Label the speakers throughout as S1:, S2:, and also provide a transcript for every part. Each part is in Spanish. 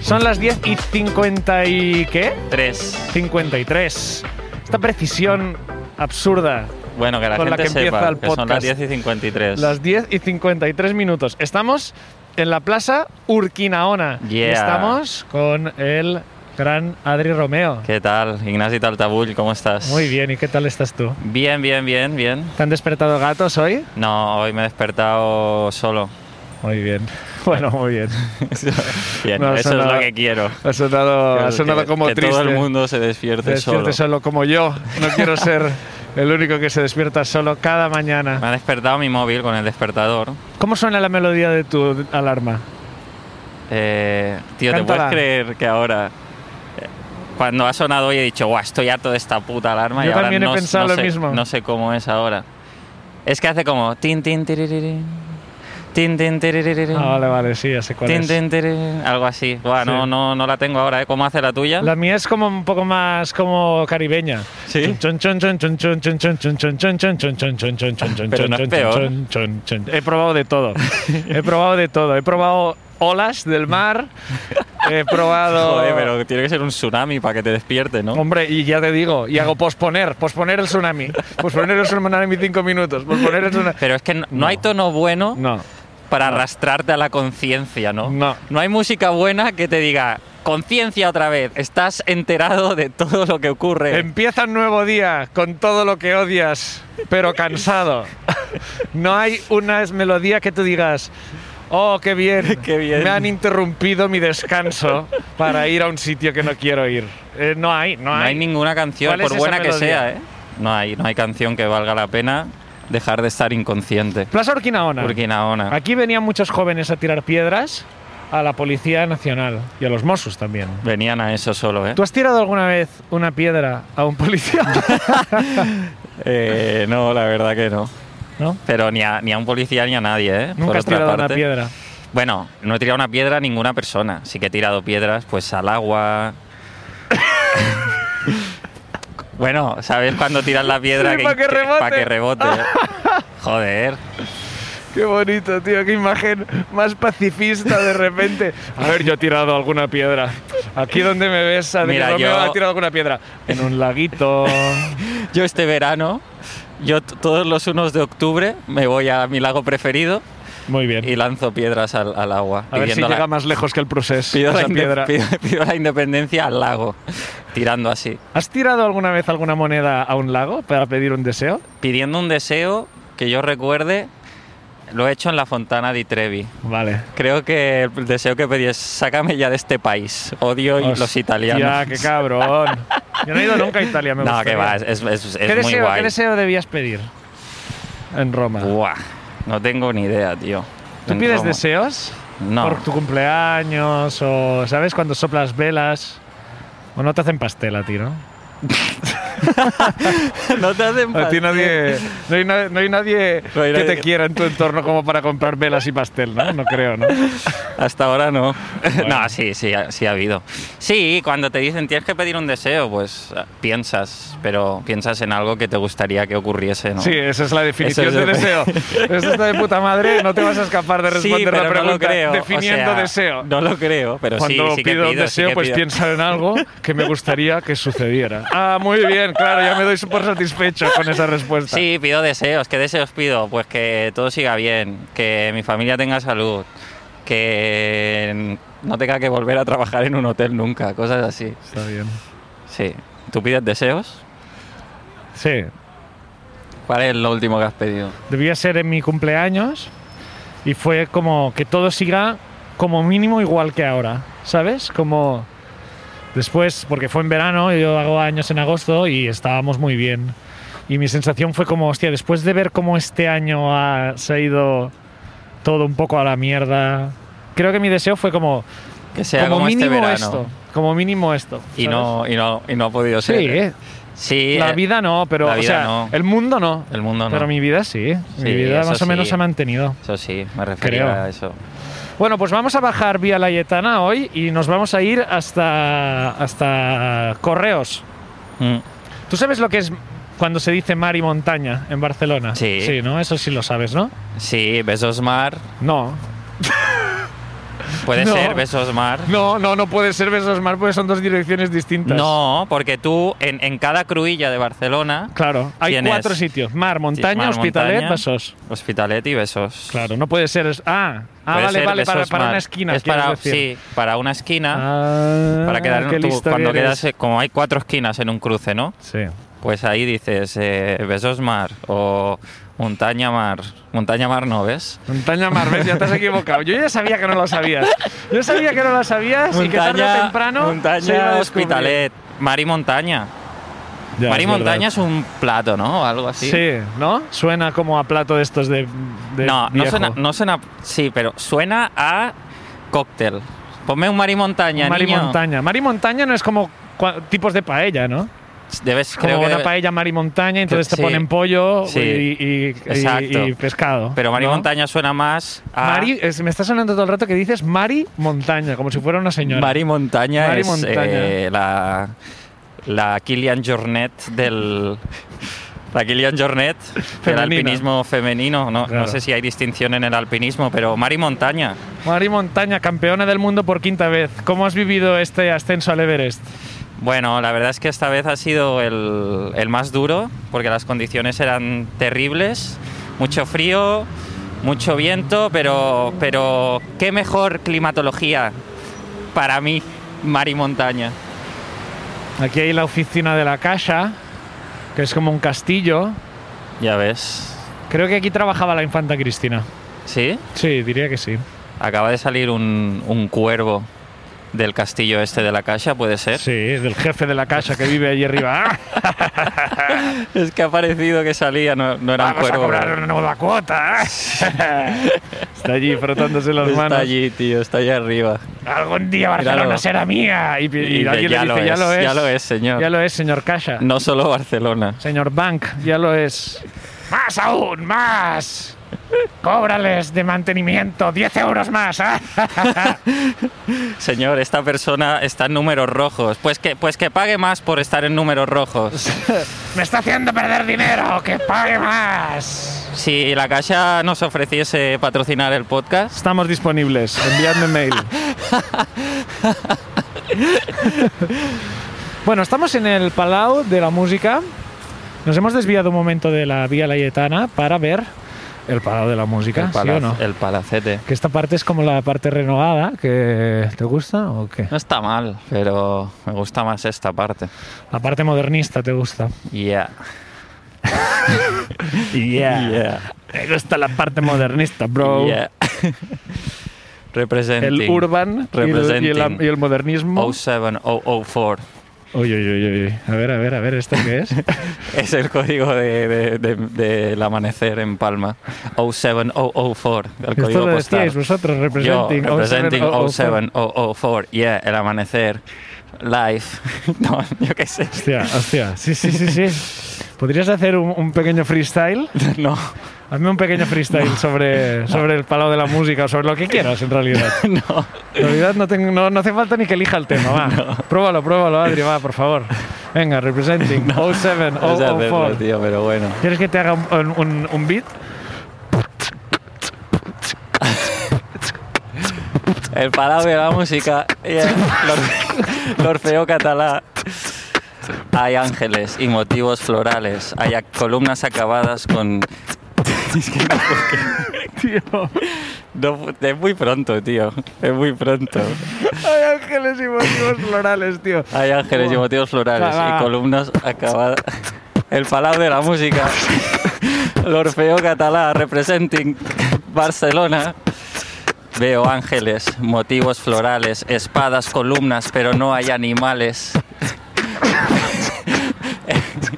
S1: Son las 10 y 50 y... ¿qué?
S2: Tres.
S1: 53. Esta precisión absurda.
S2: Bueno, que la
S1: Con la
S2: gente
S1: que empieza
S2: sepa
S1: el
S2: que son las
S1: podcast.
S2: 10 y 53.
S1: Las 10 y 53 minutos. Estamos en la plaza Urquinaona. Y
S2: Yeah.
S1: estamos con el gran Adri Romeo.
S2: ¿Qué tal? Ignasi Taltabull, ¿cómo estás?
S1: Muy bien, ¿y qué tal estás tú?
S2: Bien, bien, bien, bien.
S1: ¿Te han despertado gatos hoy?
S2: No, hoy me he despertado solo.
S1: Muy bien. Bueno, muy bien.
S2: Bien,
S1: No,
S2: eso
S1: eso
S2: es
S1: no.
S2: lo que quiero.
S1: Ha sonado, ha
S2: Que-
S1: sonado
S2: que-
S1: como
S2: que
S1: triste.
S2: todo el mundo se despierte,
S1: Despierte
S2: solo.
S1: solo como yo. No quiero ser el único que se despierta solo cada
S2: Me
S1: mañana.
S2: ha despertado mi móvil con el despertador.
S1: ¿Cómo suena la melodía de tu alarma?
S2: Eh, tío, ¿te
S1: Cántala.
S2: puedes creer que ahora, eh, cuando ha sonado hoy, he dicho, guau, estoy harto de esta puta alarma?
S1: Yo
S2: y ahora
S1: también he
S2: no-
S1: pensado
S2: no
S1: lo
S2: sé-
S1: mismo.
S2: No sé cómo es ahora. Es que hace como tin, tin, tiriririn, tin, tin, tiriririn,
S1: Ah, vale, vale, sí, ya sé cuál
S2: tin,
S1: es.
S2: tin, tiriririn, algo así. Buah, no,
S1: Sí.
S2: no, no la tengo ahora, ¿eh? ¿Cómo hace la tuya?
S1: La mía es como un poco más como caribeña.
S2: Sí.
S1: Chon, chon, chon, chon, chon, chon, chon, chon, chon, chon, chon, chon, chon, chon, chon, chon, chon,
S2: Pero no es
S1: chon,
S2: peor.
S1: chon, chon, chon. He probado de todo. He probado de todo. He probado olas del mar. He probado.
S2: Joder, pero tiene que ser un tsunami para que te despierte, ¿no?
S1: Hombre, y ya te digo, y hago posponer, posponer el tsunami, posponer el tsunami cinco minutos, posponer el tsunami.
S2: Pero es que no, no hay tono bueno
S1: No,
S2: para arrastrarte a la conciencia, ¿no?
S1: No.
S2: hay música buena que te diga, conciencia otra vez, estás enterado de todo lo que ocurre.
S1: Empieza un nuevo día con todo lo que odias, pero cansado. No hay una melodía que tú digas, oh, qué bien,
S2: Qué bien.
S1: me han interrumpido mi descanso para ir a un sitio que no quiero ir. Eh, no hay, no,
S2: no hay ninguna canción,
S1: ¿Cuál es
S2: por
S1: esa
S2: buena que
S1: melodía?
S2: sea, ¿eh? No hay, no hay canción que valga la pena dejar de estar inconsciente.
S1: Plaza Urquinaona.
S2: Urquinaona.
S1: Aquí venían muchos jóvenes a tirar piedras a la Policía Nacional y a los Mossos también.
S2: Venían a eso solo, ¿eh?
S1: ¿Tú has tirado alguna vez una piedra a un policía?
S2: Eh, No, la verdad que no.
S1: ¿No?
S2: Pero ni a, ni a un policía ni a nadie, ¿eh? Por
S1: Nunca has
S2: otra
S1: tirado una
S2: parte.
S1: piedra.
S2: Bueno, no he tirado una piedra a ninguna persona. Sí que he tirado piedras, pues al agua. bueno, ¿sabes cuando tiras la piedra?
S1: Sí, pa' que rebote.
S2: pa' que rebote. Joder.
S1: Qué bonito, tío, qué imagen más pacifista de repente. A ver, yo he tirado alguna piedra. Aquí donde me ves, a
S2: Mira,
S1: Mira, yo
S2: yo-
S1: ha tirado alguna piedra. En un laguito.
S2: Yo este verano, yo t- todos los unos de octubre me voy a mi lago preferido
S1: Muy bien.
S2: y lanzo piedras al, al agua.
S1: A ver si
S2: pidiendo la-
S1: llega más lejos que el proceso
S2: pido la
S1: esa
S2: inde-
S1: piedra.
S2: pido- pido la independencia al lago, tirando así.
S1: ¿Has tirado alguna vez alguna moneda a un lago para pedir un deseo?
S2: Pidiendo un deseo que yo recuerde, lo he hecho en la Fontana di Trevi.
S1: Vale.
S2: Creo que el deseo que pedí es sácame ya de este país. Odio y los
S1: Hostia,
S2: italianos.
S1: qué cabrón. Yo no he ido nunca a Italia, me
S2: no,
S1: gustaría.
S2: que va, es, es- es- es
S1: ¿Qué
S2: muy
S1: deseo,
S2: guay.
S1: ¿Qué deseo debías pedir en Roma?
S2: Buah, no tengo ni idea, tío.
S1: ¿Tú
S2: En
S1: pides
S2: Roma.
S1: deseos?
S2: No.
S1: Por tu cumpleaños o, ¿sabes? Cuando soplas velas. O no te hacen pastel a ti, ¿no?
S2: no te hacen
S1: A ti
S2: pastel.
S1: nadie. No hay, na- no hay nadie
S2: No
S1: que
S2: hay nadie
S1: te
S2: que-
S1: quiera en tu entorno como para comprar velas y pastel, ¿no? No creo, ¿no?
S2: Hasta ahora no. no, sí, sí, ha- sí ha habido. Sí, cuando te dicen tienes que pedir un deseo, pues ah, piensas, pero piensas en algo que te gustaría que ocurriese, ¿no?
S1: Sí, esa es la definición
S2: Eso
S1: de
S2: es
S1: deseo. Eso está de puta madre, no te vas a escapar de
S2: Sí,
S1: responder
S2: pero
S1: la
S2: no
S1: pregunta
S2: lo creo. o
S1: definiendo
S2: sea,
S1: deseo.
S2: No lo creo, pero sí,
S1: Cuando
S2: sí que
S1: pido un
S2: pido, sí
S1: deseo,
S2: que
S1: pues
S2: pido.
S1: pienso en algo que me gustaría que sucediera. Ah, muy bien, claro, ya me doy por satisfecho con esa respuesta.
S2: Sí, pido deseos. ¿Qué deseos pido? Pues que todo siga bien, que mi familia tenga salud, que no tenga que volver a trabajar en un hotel nunca, cosas así.
S1: Está bien.
S2: Sí. ¿Tú pides deseos?
S1: Sí,
S2: ¿Cuál es lo último que has pedido?
S1: debía ser en mi cumpleaños y fue como que todo siga como mínimo igual que ahora, ¿sabes? Como después, porque fue en verano, yo hago años en agosto y estábamos muy bien. Y mi sensación fue como, hostia, después de ver cómo este año ha- se ha ido todo un poco a la mierda, creo que mi deseo fue como,
S2: Que sea como,
S1: como, mínimo
S2: este verano.
S1: esto, como mínimo esto.
S2: Y
S1: ¿sabes?
S2: no, y, no, y no ha podido
S1: Sí,
S2: ser.
S1: eh.
S2: Sí,
S1: la
S2: eh,
S1: vida no, pero
S2: la
S1: o
S2: vida
S1: sea,
S2: no.
S1: el mundo no.
S2: El mundo no.
S1: Pero mi vida sí,
S2: Sí,
S1: mi vida
S2: eso
S1: más o menos
S2: sí.
S1: se ha mantenido.
S2: Eso sí, me refería
S1: Creo.
S2: a eso.
S1: Bueno, pues vamos a bajar vía Laietana hoy y nos vamos a ir hasta, hasta Correos.
S2: Mm.
S1: ¿Tú sabes lo que es cuando se dice mar y montaña en Barcelona?
S2: Sí.
S1: Sí, ¿no? Eso sí lo sabes, ¿no?
S2: Sí, besos mar.
S1: No.
S2: Puede
S1: No.
S2: ser besos mar.
S1: No, no, no puede ser Besos Mar porque son dos direcciones distintas.
S2: No, porque tú en, en cada cruilla de Barcelona,
S1: Claro, hay
S2: Tienes-
S1: cuatro sitios: Mar, Montaña,
S2: Mar,
S1: Hospitalet,
S2: Montaña.
S1: Besos.
S2: Hospitalet y Besos.
S1: Claro, no puede ser. es- Ah, ah,
S2: Puede
S1: vale,
S2: ser
S1: vale, para,
S2: Besos
S1: para
S2: Mar.
S1: una esquina.
S2: Es para,
S1: quieres decir.
S2: sí, para una esquina.
S1: Ah,
S2: para quedar en
S1: qué
S2: tu-
S1: listo
S2: cuando
S1: que eres.
S2: quedas, eh, como hay cuatro esquinas en un cruce, ¿no?
S1: Sí.
S2: Pues ahí dices eh, Besos Mar o Montaña Mar. Montaña Mar no, ¿ves?
S1: Montaña Mar, ves, ya te has equivocado. Yo ya sabía que no lo sabías. Yo sabía que no lo sabías y que tarde o temprano. se iba
S2: montaña
S1: a descubrir.
S2: Hospitalet, Mar y Montaña.
S1: Ya,
S2: Mar y
S1: es verdad.
S2: Montaña es un plato, ¿no? O algo así.
S1: Sí. ¿no? Suena como a plato de estos de. de
S2: no, no
S1: viejo.
S2: suena, no suena. Sí, pero suena a cóctel. Ponme un Mar y Montaña,
S1: Mar y
S2: niño.
S1: montaña. Mar y montaña no es como cua- tipos de paella, ¿no?
S2: Debes,
S1: Como
S2: creo que
S1: una
S2: debe-
S1: paella mar y montaña, entonces te
S2: Sí.
S1: ponen pollo
S2: Sí.
S1: y, y- y-
S2: Exacto.
S1: y pescado.
S2: Pero Mar y
S1: ¿no?
S2: Montaña suena más a.
S1: Mari, es- me está sonando todo el rato que dices Mari Montaña, como si fuera una señora.
S2: Mari Montaña
S1: Mari
S2: es
S1: Montaña.
S2: eh, la, la Kilian Jornet del. La Kilian Jornet del
S1: Femenina.
S2: alpinismo femenino. No,
S1: Claro.
S2: no sé si hay distinción en el alpinismo, pero Mari Montaña.
S1: Mari Montaña, campeona del mundo por quinta vez. ¿Cómo has vivido este ascenso al Everest?
S2: Bueno, la verdad es que esta vez ha sido el, el más duro porque las condiciones eran terribles, mucho frío, mucho viento, pero, pero qué mejor climatología para mí, mar y montaña.
S1: Aquí hay la oficina de la Caixa, que es como un castillo.
S2: Ya ves.
S1: Creo que aquí trabajaba la infanta Cristina.
S2: ¿Sí?
S1: Sí, diría que sí.
S2: Acaba de salir un, un cuervo del castillo este de la Caixa, ¿puede ser?
S1: Sí, es del jefe de la Caixa que vive allí arriba. Ah,
S2: Es que ha parecido que salía, no, no era
S1: Vamos
S2: un
S1: a
S2: cuervo.
S1: cobrar una nueva cuota. ¿eh? Está allí frotándose las
S2: está
S1: manos.
S2: allí, tío, está allá arriba.
S1: Algún día Barcelona
S2: Míralo.
S1: será mía. Y, y
S2: dice,
S1: alguien le
S2: "Ya lo
S1: dice, ya
S2: es,
S1: lo es.
S2: ya lo es, señor".
S1: Ya lo es, señor Caixa.
S2: No solo Barcelona.
S1: Señor Bank, ya lo es. ¡Más aún! ¡Más! ¡Cóbrales de mantenimiento! ¡10 euros más! ¿ah?
S2: Señor, esta persona está en números rojos. Pues que, pues que pague más por estar en números rojos.
S1: ¡Me está haciendo perder dinero! ¡Que pague más!
S2: Si la Caixa nos ofreciese patrocinar el podcast,
S1: Estamos disponibles. Enviadme mail. bueno, estamos en el Palau de la Música. Nos hemos desviado un momento de la Vía Laietana para ver el Palau de la Música,
S2: el,
S1: ¿sí
S2: palaz-
S1: o no?
S2: el palacete.
S1: Que esta parte es como la parte renovada, que ¿te gusta o qué?
S2: No está mal, pero me gusta más esta parte.
S1: La parte modernista te gusta.
S2: Yeah. Yeah.
S1: Me gusta la parte modernista, bro.
S2: Yeah. Representing.
S1: Oh. El urban y el, y el-
S2: Representing.
S1: y el modernismo.
S2: 07004.
S1: Uy, uy, uy, uy. A ver, a ver, a ver, ¿esto qué es?
S2: Es el código de, de- de- del amanecer en Palma. 07004. El
S1: Esto
S2: código
S1: lo
S2: postal.
S1: decíais vosotros, representing, oh,
S2: Yo, representing oh,
S1: 07004.
S2: 07004. Yeah, el amanecer. Life. No, yo qué sé.
S1: Hostia, hostia. Sí, sí, sí, sí. ¿Podrías hacer un, un pequeño freestyle?
S2: No,
S1: Hazme un pequeño freestyle sobre, sobre el palo de la música o sobre lo que quieras, en realidad.
S2: no.
S1: En realidad no, tengo- no, no hace falta ni que elija el tema, va. Pruébalo, pruébalo, Adri, va, por favor. Venga, representing
S2: No sé
S1: oh,
S2: hacerlo,
S1: 07004.
S2: tío, pero bueno.
S1: ¿Quieres que te haga un, un- un beat?
S2: El Palau de la Música y el l'or- l'Orfeó catalá. Hay ángeles y motivos florales. Hay a- columnas acabadas con... Es que no,
S1: Tío.
S2: no, es muy pronto, tío. Es muy pronto.
S1: Hay ángeles y motivos florales, tío.
S2: Hay ángeles y
S1: Buah. Ah,
S2: motivos florales.
S1: Va, va.
S2: Y columnas acabadas... El Palau de la Música. L'Orfeó catalá representing Barcelona. Veo ángeles, motivos florales, espadas, columnas, pero no hay animales.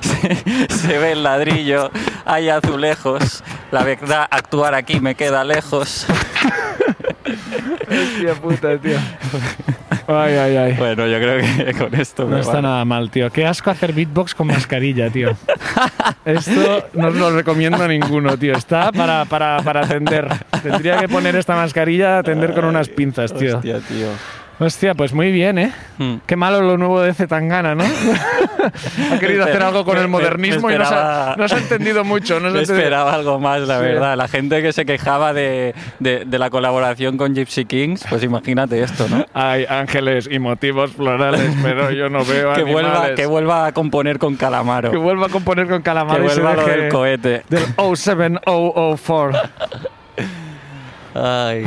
S2: se, se ve el ladrillo, hay azulejos. La verdad, actuar aquí me queda lejos.
S1: Hostia puta, tío. Ay, ay, ay.
S2: Bueno, yo creo que con esto
S1: No
S2: me
S1: está
S2: vale.
S1: nada mal, tío. Qué asco hacer beatbox con mascarilla, tío. Esto no os lo recomiendo a ninguno, tío. Está para, para, para atender. Tendría que poner esta mascarilla a atender con unas pinzas, tío.
S2: Hostia, tío.
S1: Hostia, pues muy bien, ¿eh?
S2: Mm.
S1: Qué malo lo nuevo de Zetangana, ¿no? ha querido hacer algo con
S2: Me-
S1: el
S2: me- me
S1: modernismo y no se,
S2: esperaba-
S1: ha, no se ha entendido mucho. No se
S2: Me
S1: ha entendido.
S2: esperaba algo más, la
S1: Sí.
S2: verdad. La gente que se quejaba de, de- de la colaboración con Gypsy Kings, pues imagínate esto, ¿no?
S1: Hay ángeles y motivos florales, pero yo no veo
S2: Que vuelva,
S1: animales.
S2: que vuelva a componer con Calamaro.
S1: Que vuelva a componer con
S2: Que
S1: Calamari. y se
S2: vuelva lo
S1: deje
S2: del cohete.
S1: Del 07004.
S2: Ay.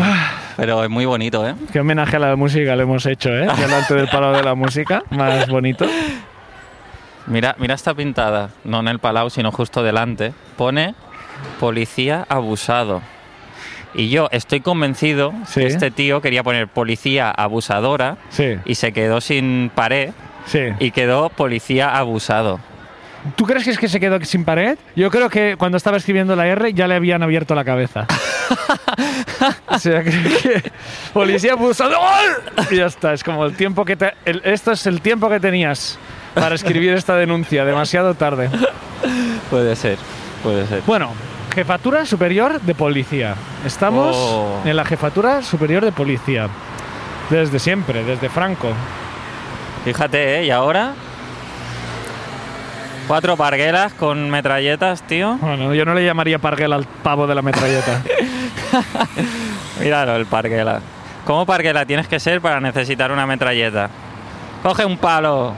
S2: Pero es muy bonito, ¿eh?
S1: Qué homenaje a la música le hemos hecho, ¿eh? Delante del palo de la música. Más bonito.
S2: Mira, mira esta pintada, no en el palau, sino justo delante. Pone policía abusado. Y yo estoy convencido
S1: Sí.
S2: que este tío quería poner policía abusadora
S1: Sí,
S2: y se quedó sin pared
S1: sí.
S2: y quedó policía abusado.
S1: ¿Tú crees que es que se quedó sin pared? Yo creo que cuando estaba escribiendo la R ya le habían abierto la cabeza. o sea, creo que policía abusador. Y ya está, es como el tiempo que te... el- esto es el tiempo que tenías para escribir esta denuncia, demasiado tarde.
S2: Puede ser, puede ser.
S1: Bueno, jefatura superior de policía. Estamos
S2: Oh.
S1: en la jefatura superior de policía. Desde siempre, desde Franco.
S2: Fíjate, ¿eh? Y ahora. Cuatro parguelas con metralletas, tío.
S1: Bueno, yo no le llamaría parguel al pavo de la metralleta.
S2: Míralo, el parguela. ¿Cómo parguela tienes que ser para necesitar una metralleta? Coge un palo.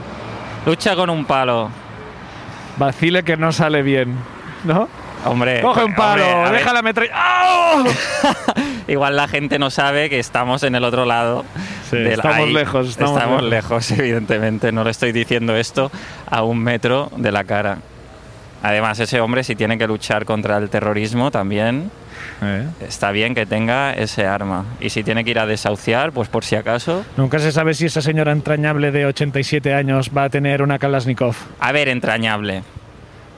S2: Lucha con un palo.
S1: Vacile que no sale bien, ¿no?
S2: Hombre.
S1: Coge un palo,
S2: hombre, a ver,
S1: deja la metralleta. ¡Au!
S2: Igual la gente no sabe que estamos en el otro lado.
S1: Sí,
S2: del
S1: estamos
S2: AI.
S1: lejos, estamos
S2: lejos. evidentemente. No le estoy diciendo esto a un metro de la cara. Además, ese hombre, si tiene que luchar contra el terrorismo también,
S1: Eh.
S2: está bien que tenga ese arma. Y si tiene que ir a desahuciar, pues por si acaso.
S1: Nunca se sabe si esa señora entrañable de 87 años va a tener una Kalashnikov.
S2: A ver, entrañable.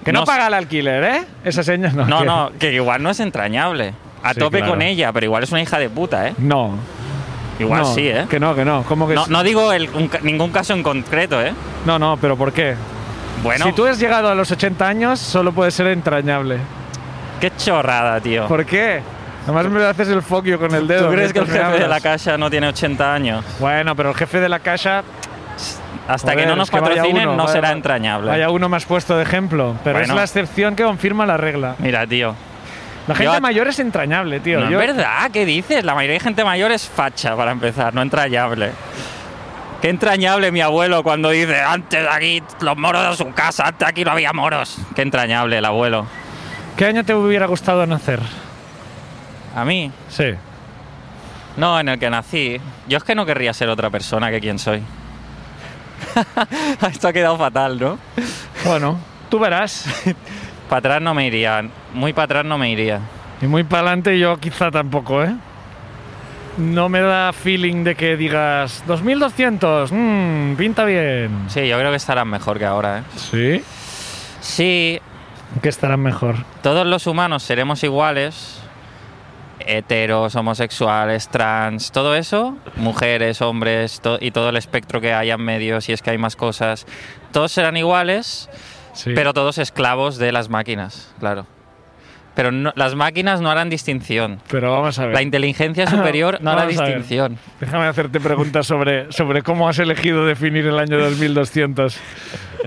S1: Que no,
S2: No sé-
S1: paga el alquiler, ¿eh? Esa señora no.
S2: No,
S1: que-
S2: no, que igual no es entrañable. A
S1: Sí,
S2: tope
S1: claro.
S2: con ella, pero igual es una hija de puta, ¿eh?
S1: No.
S2: Igual
S1: no,
S2: sí, ¿eh?
S1: Que no, que no. ¿Cómo que
S2: No,
S1: sí?
S2: no digo el- un ca- ningún caso en concreto, ¿eh?
S1: no, no, pero ¿por qué?
S2: Bueno,
S1: Si tú has llegado a los 80 años, solo puede ser entrañable.
S2: qué chorrada, tío.
S1: ¿Por qué? Además me haces el foquio con el dedo.
S2: ¿Tú crees que el
S1: mientras me
S2: jefe de la
S1: hablas.
S2: casa no tiene 80 años?
S1: Bueno, pero el jefe de la casa
S2: Hasta
S1: Joder,
S2: que no nos
S1: es que vaya
S2: patrocinen
S1: uno,
S2: no
S1: vaya-
S2: será entrañable.
S1: Vaya uno más puesto de ejemplo, pero es
S2: Bueno.
S1: la excepción que confirma la regla.
S2: Mira, tío.
S1: La gente
S2: Yo-
S1: mayor es entrañable, tío.
S2: No,
S1: Yo-
S2: Es verdad, ¿qué dices? La mayoría de gente mayor es facha para empezar, no entrañable. Qué entrañable mi abuelo cuando dice, antes aquí los moros de su casa, antes aquí no había moros. Qué entrañable el abuelo.
S1: ¿Qué año te hubiera gustado nacer?
S2: A mí,
S1: Sí.
S2: no, en el que nací. Yo es que no querría ser otra persona que quien soy. Esto ha quedado fatal, ¿no?
S1: Bueno, tú verás.
S2: Para atrás no me iría, muy para atrás no me iría.
S1: Y muy para adelante yo quizá tampoco, ¿eh? No me da feeling de que digas 2200, mmm, pinta bien.
S2: Sí, yo creo que estarán mejor que ahora, ¿eh?
S1: Sí.
S2: Sí,
S1: Que estarán mejor.
S2: todos los humanos seremos iguales. Heteros, homosexuales, trans, todo eso, mujeres, hombres to- y todo el espectro que haya en medio, si es que hay más cosas, todos serán iguales,
S1: Sí.
S2: pero todos esclavos de las máquinas, claro. Pero no- las máquinas no harán distinción.
S1: Pero vamos a ver.
S2: La inteligencia superior no hará
S1: Vamos a ver.
S2: distinción.
S1: Déjame hacerte preguntas sobre, sobre cómo has elegido definir el año 2200.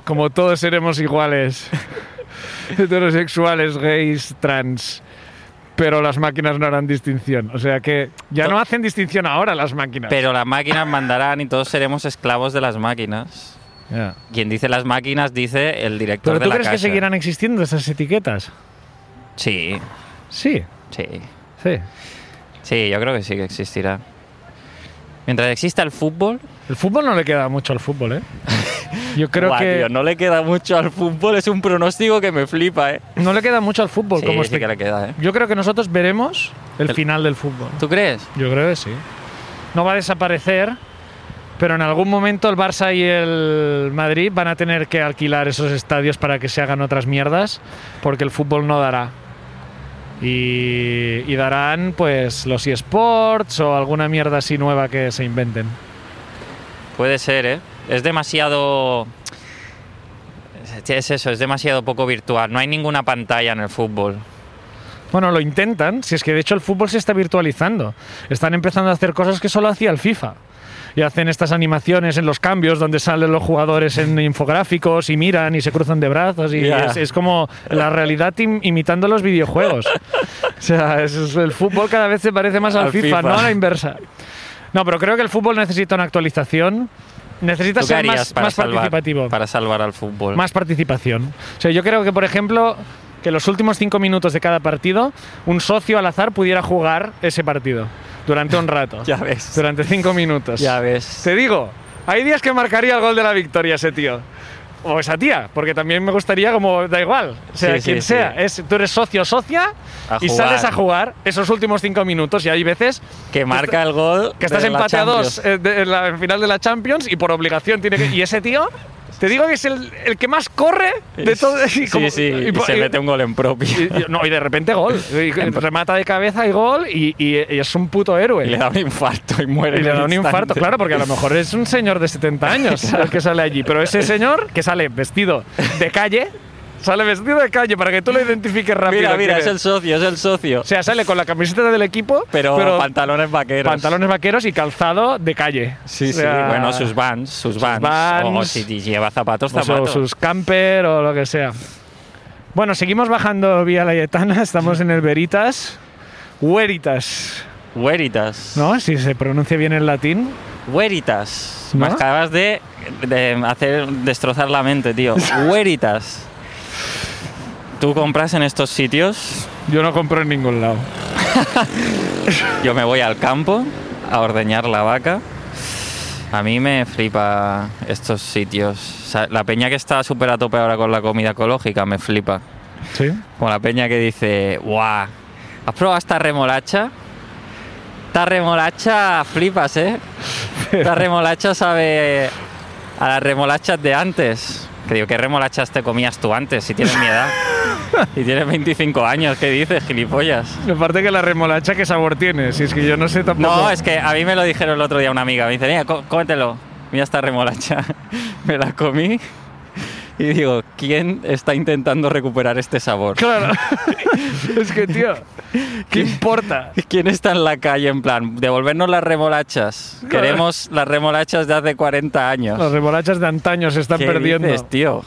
S1: Como todos seremos iguales, heterosexuales, gays, trans. Pero las máquinas no harán distinción. O sea que ya no hacen distinción ahora las máquinas.
S2: Pero las máquinas mandarán y todos seremos esclavos de las máquinas.
S1: Ya.
S2: Quien dice las máquinas dice el director
S1: ¿Pero
S2: de
S1: tú
S2: la
S1: crees que
S2: casa.
S1: seguirán existiendo esas etiquetas?
S2: Sí,
S1: Sí,
S2: sí.
S1: sí.
S2: Sí, yo creo que sí que existirá. Mientras exista el fútbol,
S1: El fútbol no le queda mucho al fútbol, ¿eh? Yo creo
S2: Buah,
S1: que
S2: tío, no le queda mucho al fútbol, es un pronóstico que me flipa, ¿eh?
S1: no le queda mucho al fútbol.
S2: Sí,
S1: como
S2: sí
S1: espe-
S2: que le queda, ¿eh?
S1: Yo creo que nosotros veremos el
S2: El-
S1: final del fútbol.
S2: ¿Tú crees?
S1: Yo creo que sí. No va a desaparecer, pero en algún momento el Barça y el Madrid van a tener que alquilar esos estadios para que se hagan otras mierdas, porque el fútbol no dará. Y, y darán pues los eSports o alguna mierda así nueva que se inventen.
S2: Puede ser, ¿eh? Es demasiado... Es eso, es demasiado poco virtual. No hay ninguna pantalla en el fútbol.
S1: Bueno, lo intentan, si es que de hecho el fútbol se está virtualizando. Están empezando a hacer cosas que solo hacía el FIFA. Y hacen estas animaciones en los cambios donde salen los jugadores en infográficos y miran y se cruzan de brazos. Y
S2: Ya.
S1: es, es como la realidad im- imitando los videojuegos. O sea, es- es- el fútbol cada vez se parece más al,
S2: Al
S1: FIFA,
S2: FIFA.
S1: no a la inversa. No, pero creo que el fútbol necesita una actualización. Necesita
S2: ¿Tú qué
S1: ser
S2: harías
S1: más,
S2: para,
S1: más
S2: salvar,
S1: participativo.
S2: para salvar al fútbol?
S1: Más participación. O sea, yo creo que, por ejemplo, que los últimos cinco minutos de cada partido, un socio al azar pudiera jugar ese partido durante un rato.
S2: Ya ves.
S1: Durante cinco minutos.
S2: Ya ves.
S1: Te digo, hay días que marcaría el gol de la victoria ese tío. O esa tía, porque también me gustaría, como da igual, o sea,
S2: Sí, sí,
S1: quien
S2: sí.
S1: sea, es, tú eres socio o socia
S2: A
S1: y
S2: jugar.
S1: sales a jugar esos últimos cinco minutos y hay veces
S2: Que marca el gol.
S1: que estás
S2: de la
S1: empate a dos eh,
S2: Champions.
S1: de- en la en final de la Champions y por obligación tiene que. Y ese tío, te digo que es el, el que más corre de todo.
S2: Sí, sí, y,
S1: po-
S2: se mete un gol en propio.
S1: y- y- no, y de repente gol. Y- remata de cabeza y gol y, y- y es un puto héroe.
S2: Y le da un infarto y muere.
S1: Y
S2: en
S1: le da un
S2: instante.
S1: infarto, claro, porque a lo mejor es un señor de 70 años el que sale allí. Pero ese señor que sale vestido de calle, sale vestido de calle para que tú lo identifiques rápido.
S2: Mira, mira,
S1: quién
S2: es el socio, es el socio.
S1: O sea, sale con la camiseta del equipo,
S2: pero, pantalones vaqueros.
S1: pantalones vaqueros y calzado de calle.
S2: Sí,
S1: O
S2: sí.
S1: sea,
S2: Bueno, sus vans, sus vans. O
S1: Vans.
S2: si lleva zapatos,
S1: o
S2: zapatos.
S1: sus camper o lo que sea. Bueno, seguimos bajando vía Laietana, estamos en el Veritas. Veritas,
S2: Güeritas.
S1: ¿no? Si se pronuncia bien en latín.
S2: Güeritas.
S1: ¿No?
S2: Me acabas de, de hacer destrozar la mente, tío. Güeritas. Tú compras en estos sitios,
S1: Yo no compro en ningún lado.
S2: yo me voy al campo a ordeñar la vaca. A mí me flipa estos sitios. O sea, la peña que está súper a tope ahora con la comida ecológica me flipa.
S1: Sí.
S2: Como la peña que dice, ¡guau! ¿Has probado esta remolacha? Esta remolacha flipas, ¿eh? Esta remolacha sabe a las remolachas de antes. Que digo, ¿qué remolachas te comías tú antes si tienes mi edad? Si tienes 25 años, ¿qué dices, gilipollas?
S1: Aparte que la remolacha, ¿qué sabor tiene? Si es que yo no sé tampoco.
S2: No, es que a mí me lo dijeron el otro día una amiga. Me dice, mira, có- cómetelo. Mira esta remolacha. Me la comí y digo, ¿quién está intentando recuperar este sabor?
S1: Claro. es que, tío, ¿qué importa?
S2: ¿Quién está en la calle en plan? Devolvernos las remolachas. Queremos las remolachas de hace 40
S1: Las
S2: años.
S1: remolachas de antaño se están
S2: ¿Qué
S1: perdiendo.
S2: dices, tío?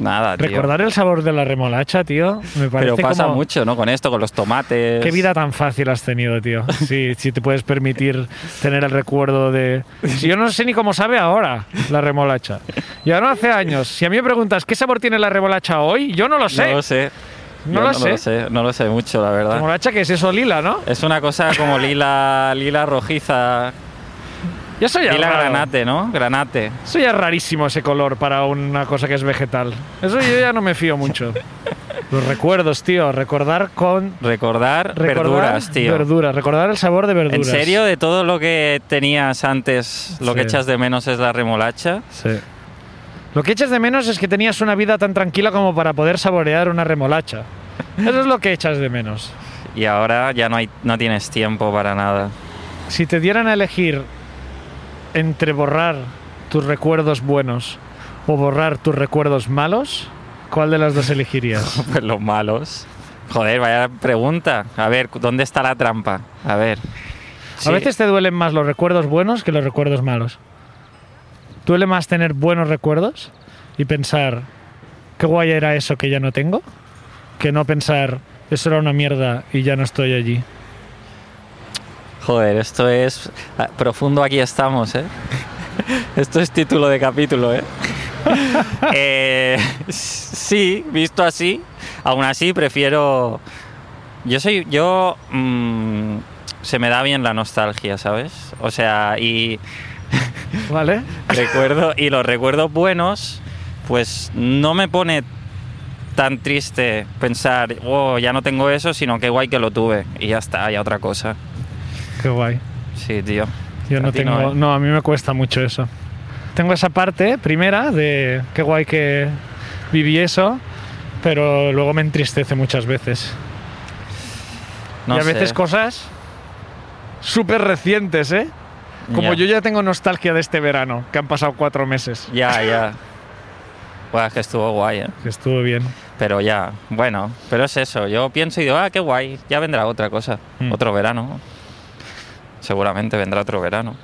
S2: Nada, tío.
S1: Recordar el sabor de la remolacha, tío, me parece
S2: Pero pasa
S1: como-
S2: mucho, ¿no? Con esto, con los tomates.
S1: Qué vida tan fácil has tenido, tío. Si, si te puedes permitir tener el recuerdo de. Si yo no sé ni cómo sabe ahora la remolacha. Y ahora hace años. Si a mí me preguntas qué sabor tiene la remolacha hoy, yo no lo sé.
S2: No lo sé.
S1: No
S2: Yo
S1: lo
S2: No
S1: sé.
S2: lo sé. No lo sé mucho, la verdad.
S1: remolacha que es eso lila, ¿no?
S2: Es una cosa como lila, lila rojiza,
S1: Yo soy
S2: lila granate, ¿no? Granate.
S1: Eso ya es rarísimo ese color para una cosa que es vegetal. Eso yo ya no me fío mucho. Los recuerdos, tío. Recordar con.
S2: Recordar,
S1: Recordar
S2: verduras, tío.
S1: Verduras, recordar el sabor de verduras.
S2: ¿En serio? De todo lo que tenías antes, lo que
S1: Sí.
S2: echas de menos es la remolacha.
S1: Sí. Lo que echas de menos es que tenías una vida tan tranquila como para poder saborear una remolacha. Eso es lo que echas de menos.
S2: Y ahora ya no, hay, no tienes tiempo para nada.
S1: Si te dieran a elegir entre borrar tus recuerdos buenos o borrar tus recuerdos malos, ¿cuál de las dos elegirías?
S2: Pues los malos. Joder, vaya pregunta. A ver, ¿dónde está la trampa? A ver. Sí,
S1: A veces te duelen más los recuerdos buenos que los recuerdos malos. Duele más tener buenos recuerdos y pensar qué guay era eso que ya no tengo, que no pensar eso era una mierda y ya no estoy allí.
S2: Joder, esto es. ah, Profundo aquí estamos, ¿eh? Esto es título de capítulo, ¿eh? Eh, Sí, visto así. Aún así, prefiero. Yo soy. Yo. mm, se me da bien la nostalgia, ¿sabes? O sea, y.
S1: ¿Vale?
S2: recuerdo y los recuerdos buenos pues no me pone tan triste pensar oh ya no tengo eso sino que guay que lo tuve y ya está ya otra cosa
S1: Qué guay.
S2: sí tío
S1: Yo
S2: A
S1: no
S2: ti
S1: tengo. No,
S2: ¿eh?
S1: a mí me cuesta mucho eso. Tengo esa parte primera de qué guay que viví eso, pero luego me entristece muchas veces.
S2: No
S1: y a veces
S2: sé.
S1: cosas súper recientes, ¿eh? Como
S2: Ya.
S1: yo ya tengo nostalgia de este verano, que han pasado cuatro meses.
S2: ya ya Buah, es que estuvo guay, ¿eh?
S1: que estuvo bien.
S2: Pero ya, bueno, pero es eso. Yo pienso y digo, ah, qué guay, ya vendrá otra cosa,
S1: Mm.
S2: otro verano. Seguramente vendrá otro verano.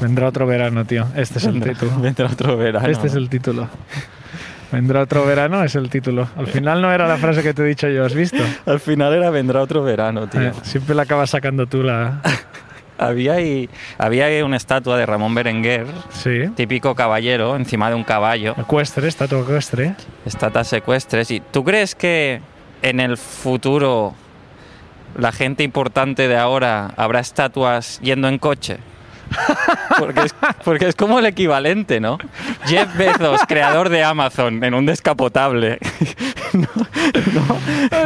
S1: Vendrá otro verano, tío. Este es el título.
S2: vendrá otro verano.
S1: Este es el título. Vendrá otro verano, es el título. Al final no era la frase que te he dicho yo, ¿has visto?
S2: Al final era vendrá otro verano, tío.
S1: Eh, siempre la acabas sacando tú la...
S2: Había, ahí- había ahí una estatua de Ramón Berenguer,
S1: Sí.
S2: típico caballero, encima de un caballo,
S1: Ecuestre, estatua ecuestre.
S2: estatas secuestres. ¿Y tú crees que en el futuro la gente importante de ahora habrá estatuas yendo en coche? Porque es, porque es como el equivalente, ¿no? Jeff Bezos, creador de Amazon, en un descapotable.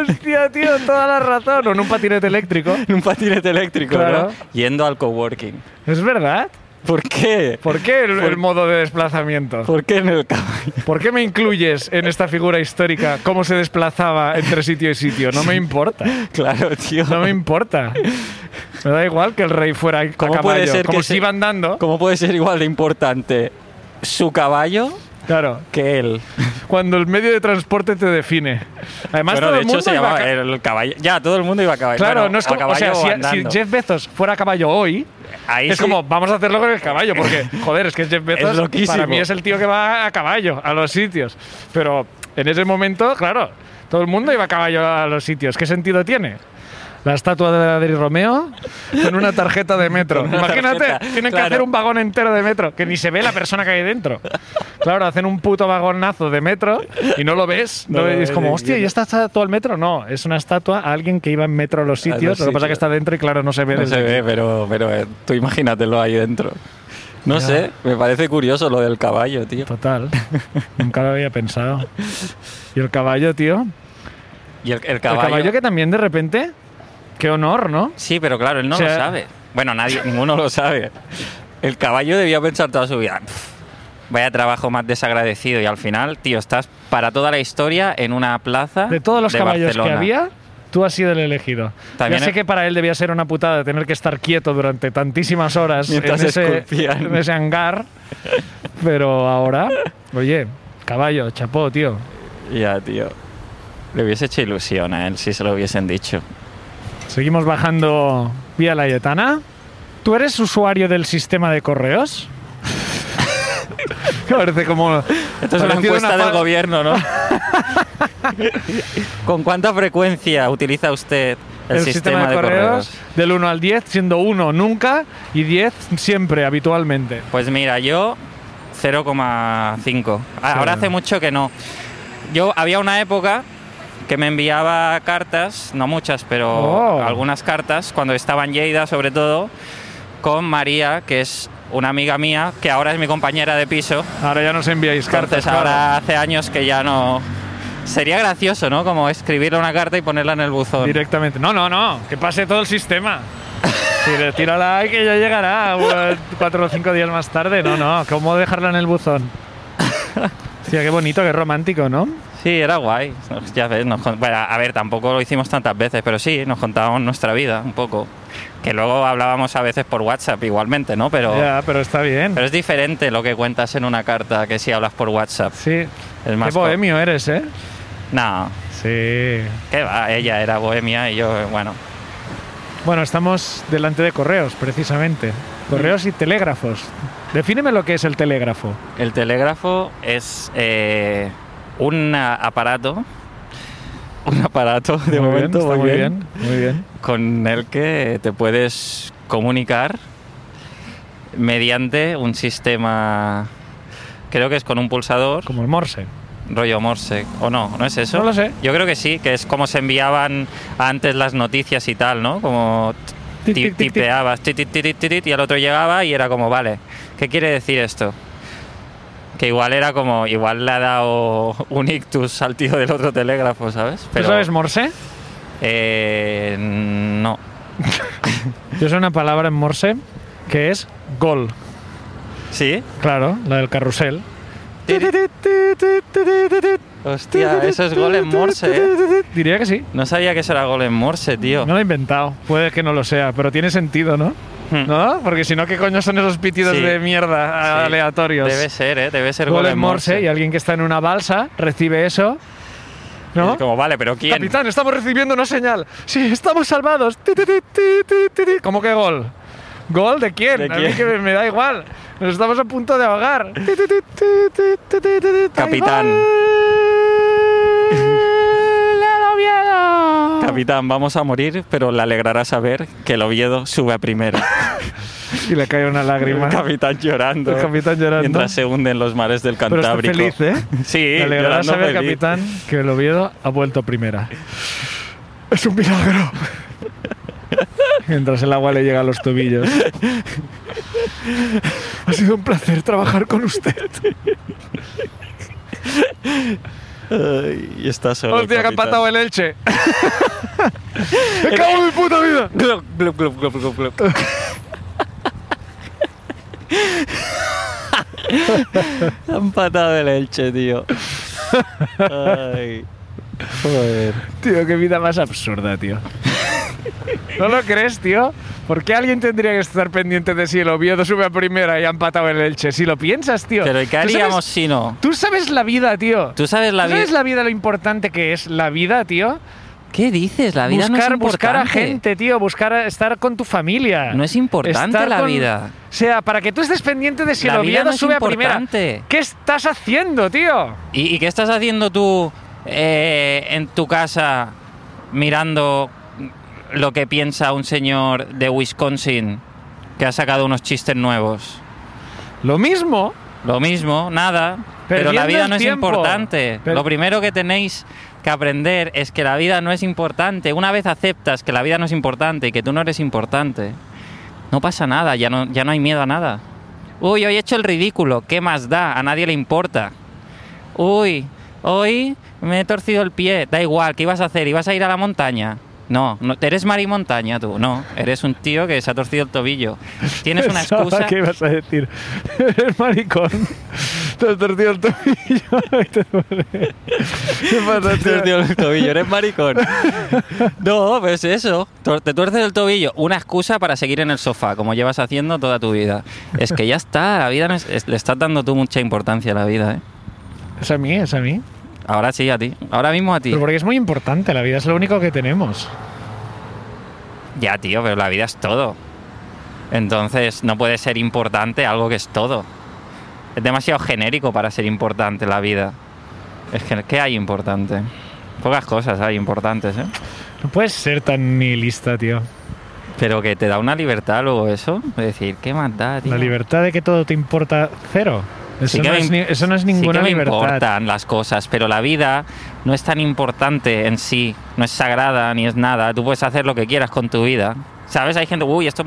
S1: Hostia, tío, toda tota la razón. O en un patinete eléctrico.
S2: En un patinete eléctrico,
S1: Claro.
S2: ¿no? Yendo al coworking.
S1: Es verdad.
S2: ¿Por qué?
S1: ¿Por qué el,
S2: Por-
S1: el modo de desplazamiento?
S2: ¿Por qué en el caballo?
S1: ¿Por qué me incluyes en esta figura histórica cómo se desplazaba entre sitio y sitio? No me importa.
S2: Claro, tío.
S1: No me importa. Me da igual que el rey fuera a
S2: ¿Cómo
S1: caballo.
S2: puede ser
S1: como
S2: que
S1: si
S2: se-
S1: iba andando.
S2: ¿Cómo puede ser igual de importante su caballo
S1: Claro.
S2: que él?
S1: Cuando el medio de transporte te define. Además,
S2: Bueno,
S1: todo
S2: de
S1: el
S2: hecho
S1: mundo
S2: se
S1: iba a
S2: llamaba
S1: ca-
S2: el caballo. Ya, todo el mundo iba a caballo.
S1: Claro,
S2: Bueno,
S1: no es
S2: a
S1: como. O
S2: caballo
S1: sea, si-
S2: o
S1: si,
S2: andando.
S1: Jeff Bezos fuera a caballo hoy,
S2: Ahí
S1: es
S2: sí-
S1: como, vamos a hacerlo con el caballo, porque, joder, es que Jeff Bezos
S2: Es loquísimo.
S1: para mí es el tío que va a caballo a los sitios. Pero en ese momento, claro, todo el mundo iba a caballo a los sitios. ¿Qué sentido tiene? La estatua de Adri Romeo con una tarjeta de metro.
S2: Con una
S1: Imagínate,
S2: tarjeta,
S1: tienen que
S2: claro.
S1: hacer un vagón entero de metro, que ni se ve la persona que hay dentro. Claro, hacen un puto vagonazo de metro y no lo ves.
S2: No
S1: no
S2: lo
S1: ves,
S2: ves,
S1: es como,
S2: es
S1: hostia, ¿y
S2: bien.
S1: esta estatua al metro? No, es una estatua a alguien que iba en metro a los
S2: A los
S1: sitios. lo que pasa es que
S2: sitios.
S1: está dentro y claro, no se ve.
S2: No
S1: desde
S2: se
S1: aquí.
S2: ve, pero, pero eh, tú imagínatelo ahí dentro. No
S1: Ya.
S2: sé, me parece curioso lo del caballo, tío.
S1: Total. Nunca lo había pensado. Y el caballo, tío.
S2: Y el, el caballo.
S1: El caballo que también de repente. Qué honor, ¿no?
S2: Sí, pero claro, él no
S1: O sea-
S2: lo sabe. Bueno, nadie, ninguno lo sabe. El caballo debía pensar toda su vida. "Pf, Vaya trabajo más desagradecido y al final, tío, estás para toda la historia en una plaza
S1: De todos los caballos que
S2: Ah. Barcelona.
S1: había, tú has sido el elegido.
S2: También
S1: ya sé
S2: he-
S1: que para él debía ser una putada tener que estar quieto durante tantísimas horas en
S2: Mientras
S1: ese,
S2: esculpían.
S1: en ese hangar. Pero ahora, oye, caballo, chapó, tío.
S2: Ya, tío. Le hubiese hecho ilusión a él si se lo hubiesen dicho.
S1: Seguimos bajando vía Layetana. ¿Tú eres usuario del sistema de correos? Parece como.
S2: Esto es una
S1: parece
S2: encuesta
S1: pa-
S2: del gobierno, ¿no? ¿Con cuánta frecuencia utiliza usted el, sistema, de correos?
S1: Del 1 al 10, siendo 1 nunca y 10 siempre, habitualmente.
S2: Pues mira, yo 0,5. A-
S1: Sí.
S2: Ah, Ahora hace mucho que no. Yo había una época que me enviaba cartas, no muchas, pero
S1: Oh.
S2: algunas cartas, cuando estaba en Lleida sobre todo, con María, que es una amiga mía, que ahora es mi compañera de piso.
S1: Ahora ya nos enviáis cartas.
S2: Entonces ahora hace años que ya no... Sería gracioso, ¿no? Como escribirle una carta y ponerla en el
S1: claro,
S2: buzón.
S1: directamente. No, no, no. Que pase todo el sistema. Tira- Tírala ahí que ya llegará eh, cuatro o cinco días más tarde. No, no. ¿Cómo dejarla en el buzón? Hostia, qué bonito, qué romántico, ¿no?
S2: Sí, era guay. Nos- Ya ves, nos con- bueno, a ver, tampoco lo hicimos tantas veces, pero sí, nos contábamos nuestra vida un poco. Que luego hablábamos a veces por WhatsApp igualmente, ¿no? Pero,
S1: Ya, pero está bien.
S2: pero es diferente lo que cuentas en una carta que si hablas por WhatsApp.
S1: Sí.
S2: Es más
S1: Qué
S2: co-
S1: bohemio eres, ¿eh?
S2: No,
S1: Sí.
S2: que va, ella era bohemia y yo, eh, bueno.
S1: Bueno, estamos delante de correos, precisamente. Correos y telégrafos. Defíneme lo que es el telégrafo.
S2: El telégrafo es eh, un a- aparato. Un aparato, de
S1: Muy
S2: momento,
S1: bien, está
S2: voy
S1: muy
S2: bien.
S1: bien. Muy bien.
S2: con el que te puedes comunicar mediante un sistema, creo que es con un pulsador,
S1: Como el morse.
S2: rollo Morse, o no, ¿no es eso?
S1: No lo sé.
S2: Yo creo que sí, que es como se enviaban antes las noticias y tal, ¿no? Como ti-
S1: Tic, tic, tic, tic.
S2: tipeabas, ti, ti, ti, ti, ti, ti, y el otro llegaba y era como, vale, ¿qué quiere decir esto? Que igual era como, igual le ha dado un ictus al tío del otro telégrafo, ¿sabes?
S1: ¿Tú sabes morse?
S2: eh, no.
S1: Yo sé una palabra en morse que es gol.
S2: ¿Sí?
S1: Claro, la del carrusel.
S2: Hostia, eso es gol en Morse, ¿eh?
S1: Diría que sí.
S2: No sabía que eso era gol en Morse, tío.
S1: No lo he inventado. Puede que no lo sea, pero tiene sentido, ¿no?
S2: Hmm.
S1: ¿No? Porque si no, ¿qué coño son esos pitidos
S2: Sí.
S1: de mierda
S2: Sí.
S1: aleatorios?
S2: Debe ser, ¿eh? Debe ser
S1: Gol en Morse y alguien que está en una balsa recibe eso. ¿No?
S2: Es Como, vale, pero ¿quién?
S1: Capitán, estamos recibiendo una señal. Sí, estamos salvados. Ti, ti, ti, ti, ti, ti, ti. ¿Cómo que gol? ¿Gol de quién?
S2: ¿De
S1: A mí
S2: quién?
S1: que me, me da igual. Nos estamos a punto de ahogar. Ti, ti, ti, ti, ti, ti, ti, ti, ti.
S2: Capitán.
S1: ¡Hay gol del Oviedo!
S2: Capitán, vamos a morir, pero le alegrará saber que el Oviedo sube a primero.
S1: Y le cae una lágrima.
S2: El capitán llorando.
S1: El capitán llorando.
S2: Mientras se hunden los mares del
S1: Pero está
S2: Cantábrico.
S1: feliz, ¿eh?
S2: Sí,
S1: Le alegrará
S2: llorando
S1: saber,
S2: feliz.
S1: capitán, que el Oviedo ha vuelto primera. ¡Es un milagro! Mientras el agua le llega a los tobillos. Ha sido un placer trabajar con usted.
S2: Ay, y está solo.
S1: ¡Hostia, que ha
S2: capitán.
S1: empatado el Elche! ¡Me cago en mi puta vida!
S2: Glup, glup, glup, glup, glup, glup. Ha empatado el Elche, tío. Ay. Joder.
S1: Tío, qué vida más absurda, tío. ¿No lo crees, tío? ¿Por qué alguien tendría que estar pendiente de si el Oviedo sube a primera y ha empatado el Elche? Si lo piensas, tío.
S2: Pero ¿y ¿qué
S1: ¿Tú sabes-
S2: haríamos si no?
S1: Tú sabes la vida, tío.
S2: ¿Tú sabes la
S1: ¿Tú
S2: vida?
S1: sabes la vida lo importante que es la vida, tío?
S2: ¿Qué dices? La vida
S1: buscar,
S2: no es importante.
S1: buscar a gente, tío, buscar a- estar con tu familia.
S2: No es importante
S1: Estar
S2: la
S1: con-
S2: vida.
S1: O sea, para que tú estés pendiente de si
S2: La
S1: el
S2: vida
S1: Oviedo
S2: no es
S1: sube a primera.
S2: importante.
S1: ¿Qué estás haciendo, tío?
S2: ¿Y, y qué estás haciendo tú eh, en tu casa mirando lo que piensa un señor de Wisconsin que ha sacado unos chistes nuevos?
S1: Lo mismo.
S2: Lo mismo, nada. Pero
S1: Perdiendo
S2: la vida
S1: el
S2: no es
S1: tiempo.
S2: importante.
S1: Per-
S2: Lo primero que tenéis que aprender es que la vida no es importante. Una vez aceptas que la vida no es importante y que tú no eres importante, no pasa nada, ya no, ya no hay miedo a nada. Uy, hoy he hecho el ridículo, ¿qué más da? A nadie le importa. Uy, hoy me he torcido el pie, da igual, ¿qué ibas a hacer? ¿Ibas a ir a la montaña? No, no eres marimontaña tú, no, eres un tío que se ha torcido el tobillo. Tienes una
S1: Pensaba
S2: excusa.
S1: que ibas a decir? Eres maricón. Te has torcido el tobillo. y te duele. ¿Qué pasa,
S2: Te
S1: tío?
S2: torció el tobillo, eres maricón. No, pues eso. Tor- Te tuerces el tobillo. Una excusa para seguir en el sofá, como llevas haciendo toda tu vida. Es que ya está, la vida no es- es- le estás dando tú mucha importancia a la vida, ¿eh?
S1: Es a mí, es a mí.
S2: Ahora sí, a ti. Ahora mismo a ti.
S1: Pero porque es muy importante, la vida es lo único que tenemos.
S2: Ya, tío, pero la vida es todo. Entonces, no puede ser importante algo que es todo. Es demasiado genérico para ser importante la vida. Es que, ¿qué hay importante? Pocas cosas hay importantes, ¿eh?
S1: No puedes ser tan nihilista, tío.
S2: Pero que te da una libertad luego eso, de decir, ¿qué más da, tío?
S1: La libertad de que todo te importa cero. Eso,
S2: Sí que
S1: no,
S2: me
S1: es,
S2: im-
S1: ni- eso no es
S2: Sí que
S1: ninguna
S2: me
S1: libertad.
S2: importan las cosas, pero la vida no es tan importante en sí, no es sagrada ni es nada. Tú puedes hacer lo que quieras con tu vida. ¿Sabes? Hay gente, uy, esto...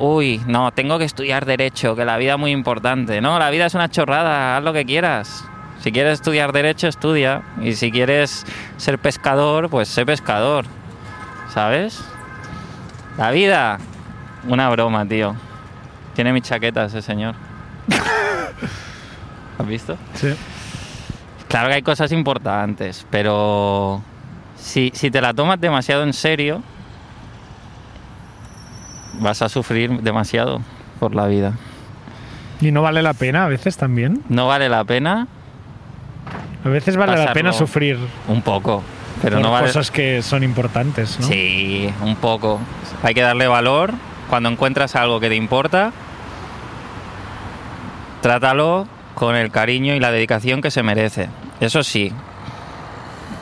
S2: Uy, no, tengo que estudiar derecho, que la vida es muy importante. No, la vida es una chorrada, haz lo que quieras. Si quieres estudiar derecho, estudia. Y si quieres ser pescador, pues sé pescador. ¿Sabes? La vida, una broma, tío. Tiene mi chaqueta ese señor. ¿Has visto?
S1: Sí.
S2: Claro que hay cosas importantes, pero si, si te la tomas demasiado en serio, vas a sufrir demasiado por la vida.
S1: Y no vale la pena a veces también.
S2: No vale la pena
S1: A veces vale la
S2: Pasarlo
S1: pena sufrir
S2: un poco, pero
S1: por
S2: no vale.
S1: cosas que son importantes, ¿no?
S2: Sí, un poco. Hay que darle valor. Cuando encuentras algo que te importa, trátalo con el cariño y la dedicación que se merece. Eso sí.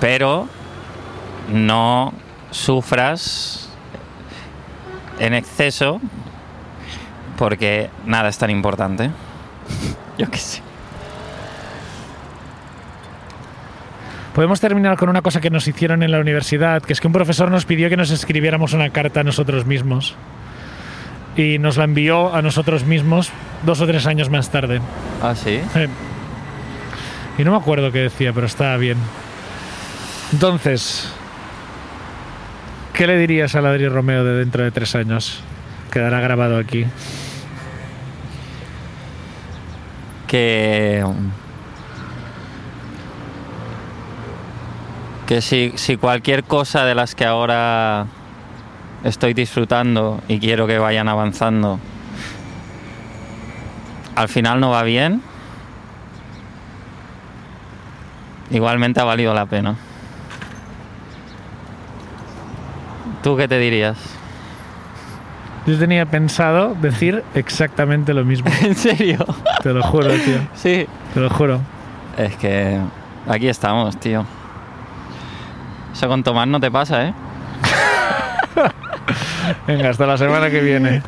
S2: Pero no sufras en exceso porque nada es tan importante. Yo qué sé.
S1: Podemos terminar con una cosa que nos hicieron en la universidad, que es que un profesor nos pidió que nos escribiéramos una carta a nosotros mismos. Y nos la envió a nosotros mismos dos o tres años más tarde.
S2: Ah, sí.
S1: Eh, Y no me acuerdo qué decía, pero estaba bien. Entonces, ¿qué le dirías a Ladri Romeo de dentro de tres años? Quedará grabado aquí.
S2: que que si, si cualquier cosa de las que ahora estoy disfrutando y quiero que vayan avanzando, al final no va bien, igualmente ha valido la pena. ¿Tú qué te dirías?
S1: Yo tenía pensado decir exactamente lo mismo.
S2: ¿En serio?
S1: Te lo juro, tío.
S2: Sí.
S1: Te lo juro.
S2: Es que aquí estamos, tío. Eso con Tomás no te pasa, ¿eh?
S1: Venga, hasta la semana que viene.